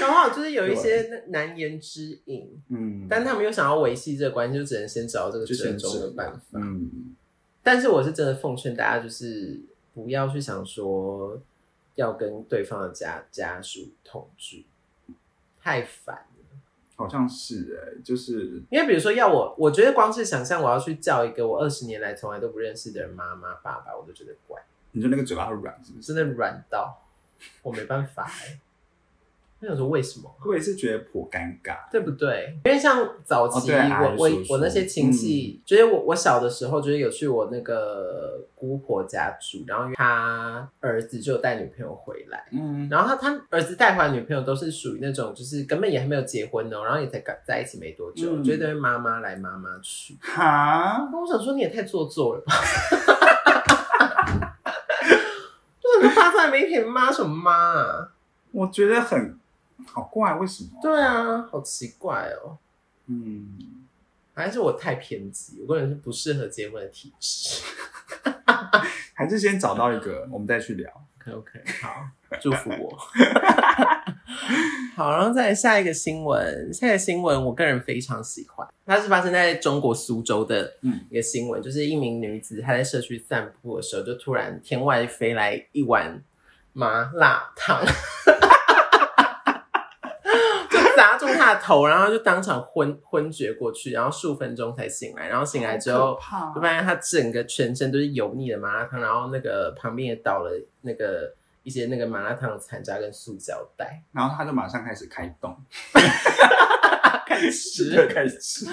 S2: 搞不好就是有一些难言之隐，
S1: 嗯，
S2: 但他们又想要维系这个关系，就只能先找到这个
S1: 就
S2: 折
S1: 是
S2: 中的办法。
S1: 嗯，
S2: 但是我是真的奉劝大家，就是不要去想说要跟对方的家家属同居，太烦了。
S1: 好像是哎、就是
S2: 因为比如说要我，我觉得光是想象我要去叫一个我二十年来从来都不认识的人妈妈爸爸，我都觉得怪，
S1: 你说那个嘴巴会软，是不是？
S2: 真的软到我没办法哎、我想说为什么？
S1: 我也是觉得颇尴尬。
S2: 对不对？因为像早期
S1: 哦对啊
S2: 我、我
S1: 叔叔嗯
S2: 我那些亲戚，就是我我小的时候，就是有去我那个姑婆家住，然后因为他儿子就带女朋友回来，
S1: 嗯，
S2: 然后他他儿子带回来的女朋友都是属于那种就是根本也还没有结婚哦，然后也才刚在一起没多久，
S1: 嗯
S2: 觉得妈妈来妈妈去。
S1: 哈，
S2: 那我想说你也太做作 了吧。我想说发在媒体妈什么妈啊？
S1: 我觉得很好怪，为什么？
S2: 对啊，好奇怪哦。
S1: 嗯，
S2: 还是我太偏激，我个人是不适合结婚的体质。
S1: 还是先找到一个，我们再去聊。
S2: OK OK，好，祝福我。 好，然后再来下一个新闻，下一个新闻我个人非常喜欢，它是发生在中国苏州的
S1: 嗯
S2: 一个新闻，就是一名女子她在社区散步的时候，就突然天外飞来一碗麻辣烫，住他的头，然后就当场昏昏厥过去，然后数分钟才醒来，然后醒来之
S1: 好
S2: 后
S1: 可怕
S2: 就发现他整个全身都是油腻的麻辣烫，然后那个旁边也倒了那个一些那个麻辣烫的残渣跟塑胶袋，
S1: 然后他就马上开始开 动，
S2: 开始
S1: 就
S2: 吃
S1: 开始吃。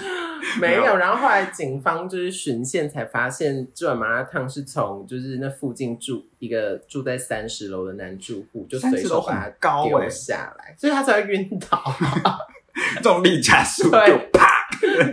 S2: 没
S1: 没有
S2: 有，然后后来警方就是巡线才发现，这碗麻辣烫是从就是那附近住一个住在三十楼的男住户就随
S1: 30楼
S2: 手把
S1: 很
S2: 它
S1: 高欸
S2: 丢下来，所以他才会晕倒，
S1: 重力加速
S2: 对
S1: 就啪，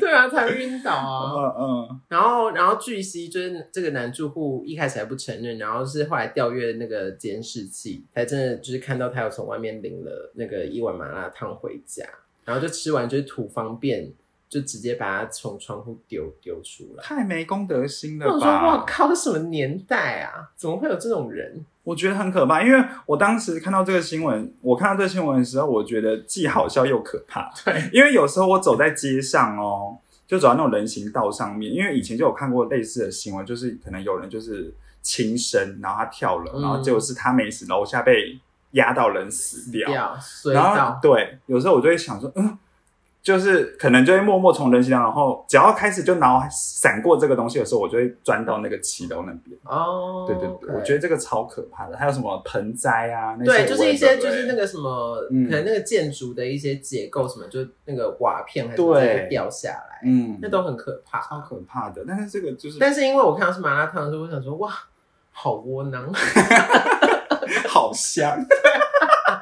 S2: 对啊，才会晕倒啊。
S1: 嗯嗯，
S2: 然后，然后据悉，就是这个男住户一开始还不承认，然后是后来调阅那个监视器，才真的就是看到他有从外面领了那个一碗麻辣烫回家，然后就吃完就是图方便，就直接把它从窗户丢丢出来。
S1: 太没公德心了
S2: 我说：“哇
S1: 吧？
S2: 靠，这什么年代啊？怎么会有这种人？
S1: 我觉得很可怕，因为我当时看到这个新闻，我看到这个新闻的时候，我觉得既好笑又可怕。
S2: 对，
S1: 因为有时候我走在街上哦，就走到那种人行道上面，因为以前就有看过类似的新闻，就是可能有人就是轻生，然后他跳楼，
S2: 嗯
S1: 然后结果是他没死，楼下被压到人死掉。
S2: 掉隧
S1: 啊然后
S2: 道，
S1: 对，有时候我就会想说，嗯，就是可能就会默默从人行道，然后只要开始就脑海闪过这个东西的时候，我就会钻到那个骑楼那边。
S2: 哦，
S1: 对对对，我觉得这个超可怕的。还有什么盆栽啊？那
S2: 对，就是一些就是那
S1: 个
S2: 个什么，
S1: 嗯
S2: 可能那个建筑的一些结构什么，就那个瓦片还是什么
S1: 对
S2: 会掉下来，
S1: 嗯，
S2: 那都很可怕。
S1: 超可怕的。但是这个就是
S2: 但是因为我看到是麻辣烫的时候，我想说哇，好窝囊， 就 是
S1: 好香，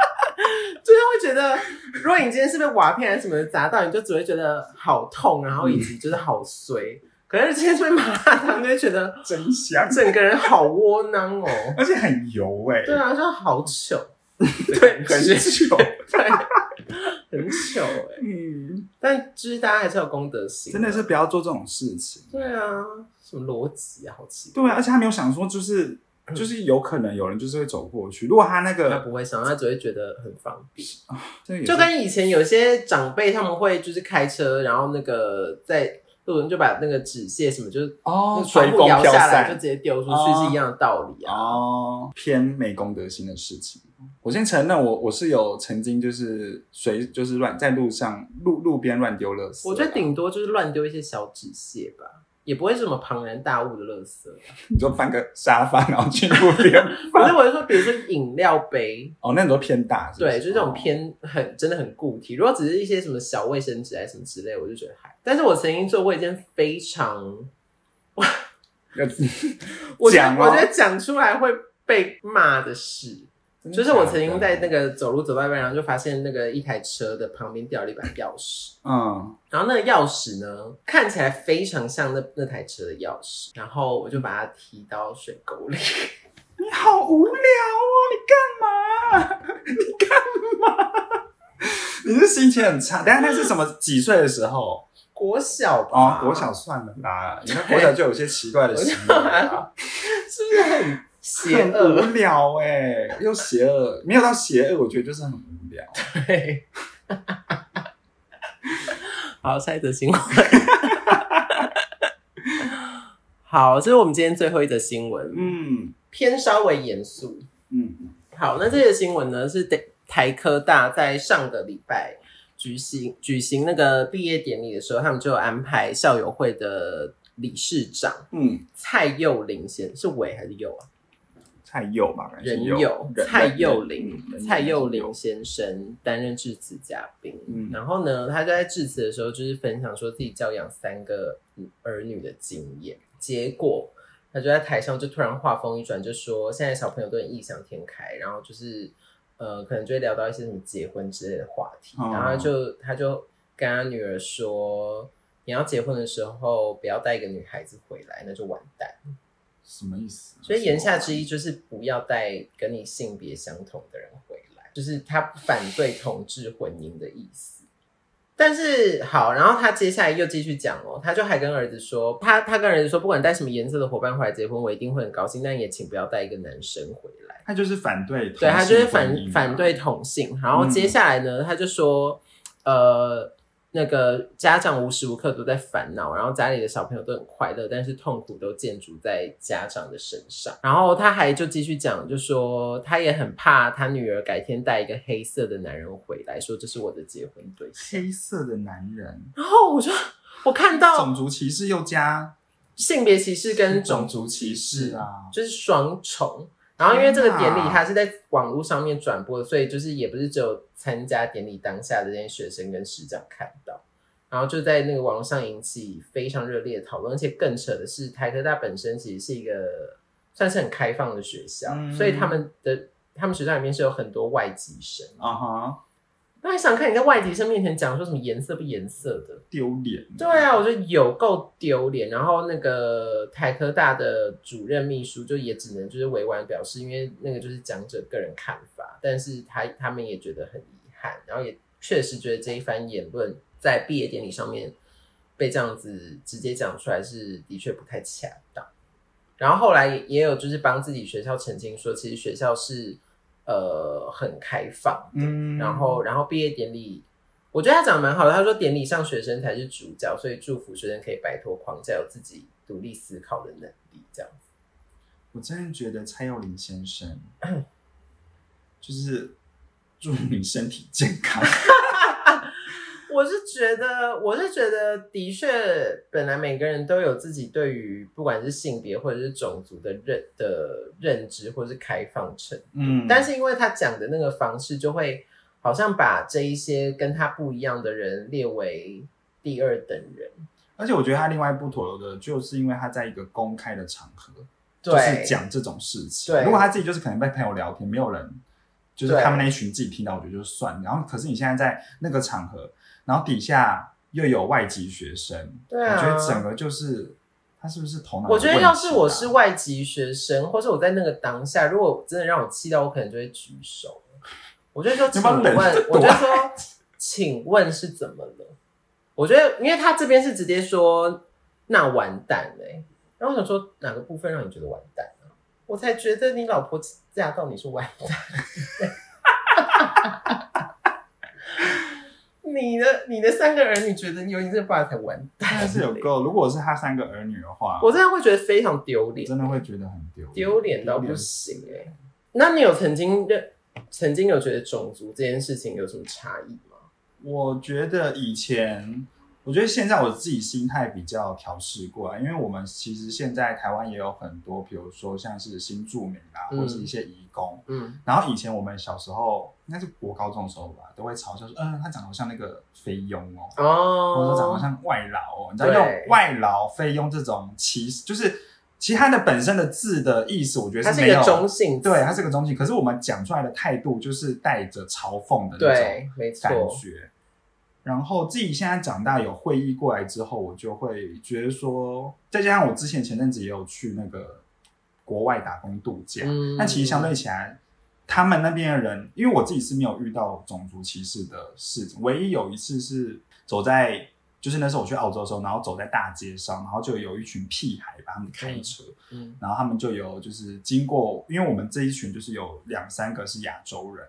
S2: 会觉得，如果你今天是被瓦片还是什么的砸到，你就只会觉得好痛，然后以及就是好衰。可是今天是被麻辣烫，就会觉得
S1: 真香，
S2: 整个人好窝囊哦。
S1: 而且很油哎、
S2: 对啊，就好糗，
S1: 对，很久。
S2: 对，很糗哎、
S1: 嗯，
S2: 但就是大家还是有公德心，啊
S1: 真的是不要做这种事情。
S2: 对啊，什么逻辑啊，好奇怪。
S1: 对啊，而且他没有想说，就是就是有可能有人就是会走过去。如果他那
S2: 他
S1: 个
S2: 不会想，他只会觉得很方便，
S1: 这个也是
S2: 就跟以前有些长辈他们会就是开车，然后那个在路人就把那个纸屑什么就是
S1: 哦
S2: 那窗户摇下来就直接丢出去
S1: 哦
S2: 是一样的道理啊。
S1: 哦，偏没公德心的事情。我先承认我，我是有曾经就是随就是乱在路上路路边乱丢垃圾啊，
S2: 我觉得顶多就是乱丢一些小纸屑吧，也不会是什么庞然大物的垃 圾。
S1: 你就翻个沙发然后去路 边
S2: 可是我是说，比如说饮料杯，
S1: 哦，那你都偏大是不
S2: 对，就是这种偏很真的很固体。如果只是一些什么小卫生纸还是什么之类，我就觉得还。但是我曾经做过一件非常，
S1: 哦要
S2: 我觉
S1: 讲
S2: 得
S1: 哦
S2: 我觉得讲出来会被骂的事，就是我曾经在那个走路走到一半，然后就发现那个一台车的旁边掉了一把钥匙。
S1: 嗯
S2: 然后那个钥匙呢，看起来非常像那那台车的钥匙，然后我就把它踢到水沟里。
S1: 你好无聊哦，你干嘛？ 你干嘛？你是心情很差？等一下那是什么？几岁的时候？
S2: 国小
S1: 哦
S2: 吧，，
S1: 国小算了啦，你看国小就有一些奇怪的行为啦。
S2: 是不是很 邪
S1: 很无
S2: 恶？
S1: 聊哎、又邪恶，没有到邪恶，我觉得就是很无聊。
S2: 对。 好，下一则新闻。好，这是我们今天最后一则新闻，
S1: 嗯
S2: 偏稍微严肃。
S1: 嗯
S2: 好，那这个新闻呢是台台科大在上个礼拜举行举行那个毕业典礼的时候，他们就有安排校友会的理事长
S1: 嗯，
S2: 蔡佑林先是伟还是佑啊？
S1: 蔡佑吧，感觉
S2: 人
S1: 是
S2: 佑
S1: 人
S2: 蔡
S1: 人
S2: 佑林
S1: 嗯人
S2: 蔡佑林先生担任致辞嘉宾，
S1: 嗯
S2: 然后呢，他就在致辞的时候就是分享说自己教养三个嗯儿女的经验，结果他就在台上就突然话锋一转，就说现在小朋友都很异想天开，然后就是呃，可能就会聊到一些什么结婚之类的话题，
S1: 哦
S2: 然后他就他就跟他女儿说，你要结婚的时候不要带一个女孩子回来，那就完蛋。
S1: 什么意思？啊
S2: 所以言下之意就是不要带跟你性别相同的人回来，就是他反对同志婚姻的意思。但是好，然后他接下来又继续讲哦，他就还跟儿子说，他他跟儿子说，不管带什么颜色的伙伴回来结婚，我一定会很高兴，但也请不要带一个男生回来。
S1: 他就是反对同性
S2: 对
S1: 婚姻嘛，
S2: 他
S1: 嗯
S2: 就是反反对同性，然后接下来呢，他就说，呃，那个家长无时无刻都在烦恼，然后家里的小朋友都很快乐，但是痛苦都建筑在家长的身上。然后他还就继续讲，就说他也很怕他女儿改天带一个黑色的男人回来，说这是我的结婚对象。
S1: 黑色的男人，
S2: 然后我就我看到
S1: 种族歧视又加
S2: 性别歧视哦跟种
S1: 种族歧视啊，
S2: 就是双重。然后因为这个典礼
S1: 天哪
S2: 它是在网络上面转播，所以就是也不是只有参加典礼当下的这些学生跟师长看到，然后就在那个网络上引起非常热烈的讨论。而且更扯的是，台科大本身其实是一个算是很开放的学校，
S1: 嗯
S2: 所以他们的他们学校里面是有很多外籍生。
S1: 啊哈，
S2: 那你想看你在外籍生面前讲说什么颜色不颜色的？
S1: 丢脸。
S2: 对啊，我觉得有够丢脸。然后那个台科大的主任秘书就也只能就是委婉表示，因为那个就是讲者个人看法，但是他他们也觉得很遗憾，然后也确实觉得这一番言论在毕业典礼上面被这样子直接讲出来是的确不太恰当。然后后来也也有就是帮自己学校澄清说，其实学校是呃很开放的，
S1: 嗯
S2: 然后然后毕业典礼，我觉得他讲的蛮好的。他说典礼上学生才是主角，所以祝福学生可以摆脱框架，有自己独立思考的能力。这样子，
S1: 我真的觉得蔡佑林先生， 就是祝你身体健康。
S2: 我是觉得，我是觉得，的确，本来每个人都有自己对于不管是性别或者是种族的认的认知，或是开放程度
S1: 嗯，
S2: 但是因为他讲的那个方式，就会好像把这一些跟他不一样的人列为第二等人。
S1: 而且我觉得他另外不妥的，就是因为他在一个公开的场合，
S2: 对，
S1: 就是讲这种事情。
S2: 对
S1: 如果他自己就是可能被朋友聊天，没有人，就是
S2: 对
S1: 他们那一群自己听到，我觉得就算。然后，可是你现在在那个场合，然后底下又有外籍学生，
S2: 对啊
S1: 我觉得整个就是他是不是头脑有
S2: 我
S1: 问题
S2: 觉
S1: 啊、
S2: 得要是我是外籍学生，或是我在那个当下，如果真的让我气到，我可能就会举手。我就会说，
S1: 你
S2: 请
S1: 把
S2: 问，
S1: 冷的
S2: 我就会说，请问是怎么了？我觉得，因为他这边是直接说，那完蛋嘞、然后我想说，哪个部分让你觉得完蛋啊？我才觉得你老婆嫁到你是完蛋。 你的你的三个儿女觉得有你这爸才完蛋，
S1: 真的是有够。如果我是他三个儿女的话，
S2: 我真的会觉得非常丢
S1: 我
S2: 脸。
S1: 真的会觉得很丢
S2: 丢脸到不行哎、那你有曾经认，曾经有觉得种族这件事情有什么差异吗？
S1: 我觉得以前，我觉得现在我自己心态比较调试过啊来，因为我们其实现在台湾也有很多，比如说像是新住民啦，
S2: 嗯
S1: 或是一些移工。
S2: 嗯，
S1: 然后以前我们小时候，应该是国高中的时候吧，都会嘲笑说，嗯，他长得好像那个菲佣哦，或者说长得好
S2: 哦，
S1: 像外劳哦，你知道
S2: 对
S1: 用外劳、菲佣这种歧视，就是其实它的本身的字的意思，我觉
S2: 它
S1: 得
S2: 是一
S1: 没有
S2: 个中性词，
S1: 对，它是个中性。可是我们讲出来的态度就是带着嘲讽的那种。
S2: 对，没
S1: 感
S2: 错，
S1: 觉。然后自己现在长大有会议过来之后，我就会觉得说，再加上我之前前阵子也有去那个国外打工度假，
S2: 嗯
S1: 但其实相对起来，他们那边的人，因为我自己是没有遇到种族歧视的事情，唯一有一次是走在，就是那时候我去澳洲的时候，然后走在大街上，然后就有一群屁孩把他们开车，
S2: 嗯
S1: 然后他们就有就是经过，因为我们这一群就是有两三个是亚洲人，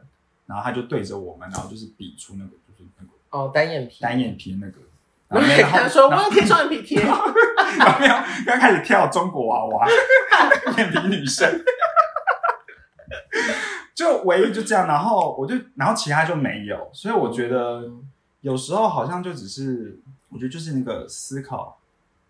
S1: 然后他就对着我们，然后就是比出那个就是那个
S2: 哦，单眼皮，
S1: 单眼皮那个，然后没有，然后
S2: 他说我
S1: 然后
S2: 要贴双眼皮贴，
S1: 然后没有，刚开始跳中国娃娃，单眼皮女生，就唯一就这样，然后我就然后其他就没有，所以我觉得
S2: 嗯
S1: 有时候好像就只是，我觉得就是那个思考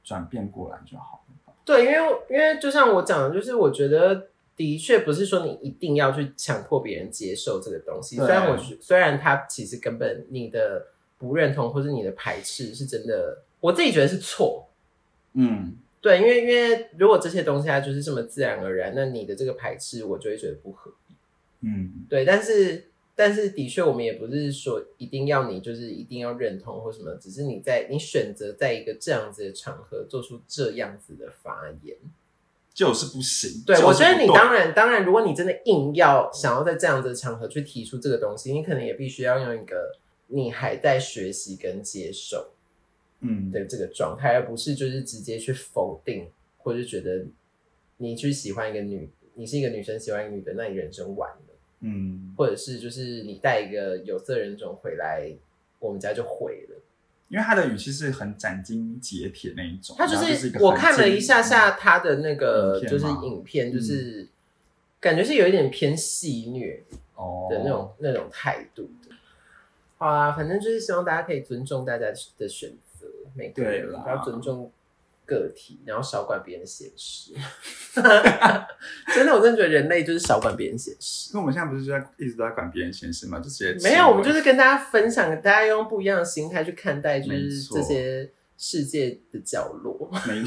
S1: 转变过来就好了吧，
S2: 对，因为因为就像我讲的，就是我觉得的确不是说你一定要去强迫别人接受这个东西。
S1: 对
S2: 虽然我是虽然他其实根本你的不认同或是你的排斥是真的，我自己觉得是错。
S1: 嗯，
S2: 对，因为因为如果这些东西它就是这么自然而然，那你的这个排斥我就会觉得不合理。
S1: 嗯，
S2: 对，但是但是的确，我们也不是说一定要你就是一定要认同或什么，只是你在你选择在一个这样子的场合做出这样子的发言。
S1: 就是不行。
S2: 对，
S1: 就是
S2: 我觉得
S1: 不
S2: 你
S1: 对
S2: 当然当然，如果你真的硬要想要在这样子的场合去提出这个东西，你可能也必须要用一个你还在学习跟接受
S1: 嗯，
S2: 的这个状态，而不是就是直接去否定，或者觉得你去喜欢一个女，你是一个女生喜欢一个女的，那你人生完了，
S1: 嗯，
S2: 或者是就是你带一个有色人种回来，我们家就毁了。
S1: 因为他的语气是很斩钉截铁那一种。
S2: 他就
S1: 然后就是一
S2: 是
S1: 个
S2: 我
S1: 很嗯
S2: 看了
S1: 尖
S2: 一下下他的那
S1: 影片
S2: 个
S1: 嗯
S2: 就是
S1: 吗
S2: 影片，就是感觉是有一点偏戏虐
S1: 哦
S2: 的那种那种态度的。好啊，反正就是希望大家可以尊重大家的选择，每个
S1: 对
S2: 人
S1: 啦
S2: 不要尊重个体，然后少管别人闲事。 真的，我真的觉得人类就是少管别人闲事。
S1: 因为我们现在不是就在一直都在管别人闲事嘛，就直接
S2: 没有，我们就是是跟大家分享，大家用不一样的心态去看待，就
S1: 没
S2: 是
S1: 错
S2: 这些世界的角 落。
S1: 每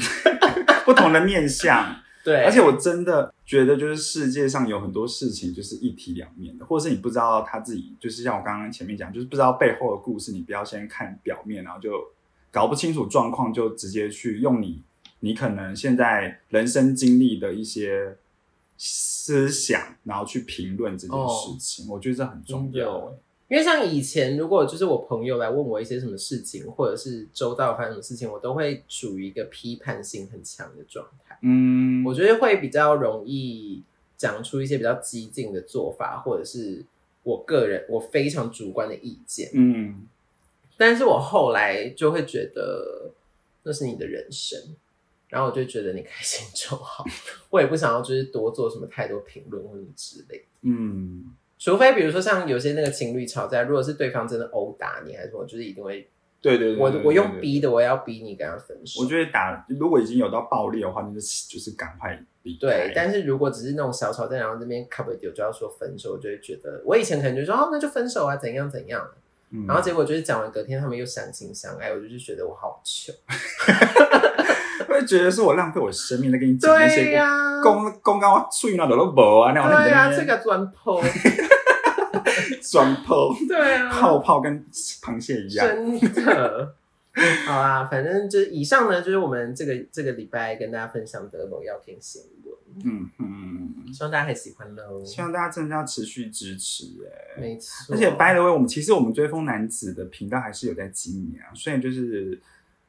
S1: 不同的面相。
S2: 对，
S1: 而且我真的觉得，就是世界上有很多事情就是一体两面的，或者是你不知道他自己，就是像我刚刚前面讲，就是不知道背后的故事，你不要先看表面，然后就搞不清楚状况，就直接去用你你可能现在人生经历的一些思想，然后去评论这件事
S2: 哦
S1: 情，我觉得这很重要
S2: 真。因为像以前，如果就是我朋友来问我一些什么事情，或者是周到发生什么事情，我都会处于一个批判性很强的状态。
S1: 嗯，
S2: 我觉得会比较容易讲出一些比较激进的做法，或者是我个人我非常主观的意见。
S1: 嗯，
S2: 但是我后来就会觉得那是你的人生，然后我就觉得你开心就好，我也不想要就是多做什么太多评论或者之类的。
S1: 嗯，
S2: 除非比如说像有些那个情侣吵架，如果是对方真的殴打你还是什么，就是一定会
S1: 对对对
S2: 我
S1: 对对
S2: 我用
S1: 对
S2: 逼的，我也要逼你跟他分手。
S1: 我觉得打如果已经有到暴力的话，那就就是赶快离开。
S2: 对，但是如果只是那种小吵架，然后这边卡不丢就要说分手，我就会觉得我以前可能就说哦那就分手啊怎样怎样，
S1: 嗯
S2: 然后结果就是讲完隔天他们又相亲相哎爱，我就是觉得我好 糗。
S1: 会觉得是我浪费我生命在跟你讲那
S2: 对
S1: 些
S2: 呀、
S1: 公公刚我出那都都无啊，那我
S2: 对啊，
S1: 那
S2: 这个砖破，
S1: 转泡
S2: 对啊，
S1: 泡泡跟螃蟹一样。
S2: 真的。好啦，反正就是以上呢，就是我们这个这个礼拜跟大家分享的某药品新闻，
S1: 嗯嗯，
S2: 希望大家还喜欢喽。
S1: 希望大家真的要持续支持哎、
S2: 没错，
S1: 而且 by the way，我们其实我们追风男子的频道还是有在经营啊，虽然就是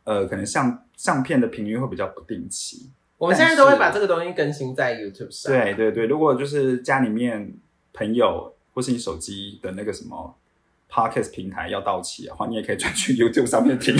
S1: 呃可能上上片的频率会比较不定期。
S2: 我们现在都会把这个东西更新在 YouTube 上。
S1: 对对对，如果就是家里面朋友或是你手机的那个什么 podcast 平台要到期的话，你也可以转去 YouTube 上面 听。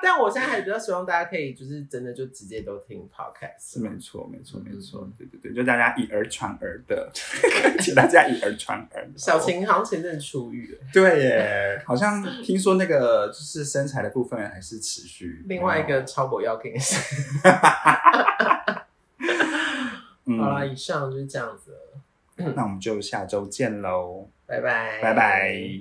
S2: 但我现在还比较希望大家可以就是真的就直接都听 Podcast。
S1: 是没错，没错，没错
S2: 嗯，
S1: 对对对，就大家以讹传讹的， 请大家以讹传讹。哦
S2: 小晴好像前阵子出狱了，
S1: 对耶，好像听说那个就是身材的部分还是持续。
S2: 另外一
S1: 哦
S2: 个超博要给你。
S1: 嗯，
S2: 好啦，以上就是这样子了，
S1: 那我们就下周见喽，
S2: 拜拜，
S1: 拜拜。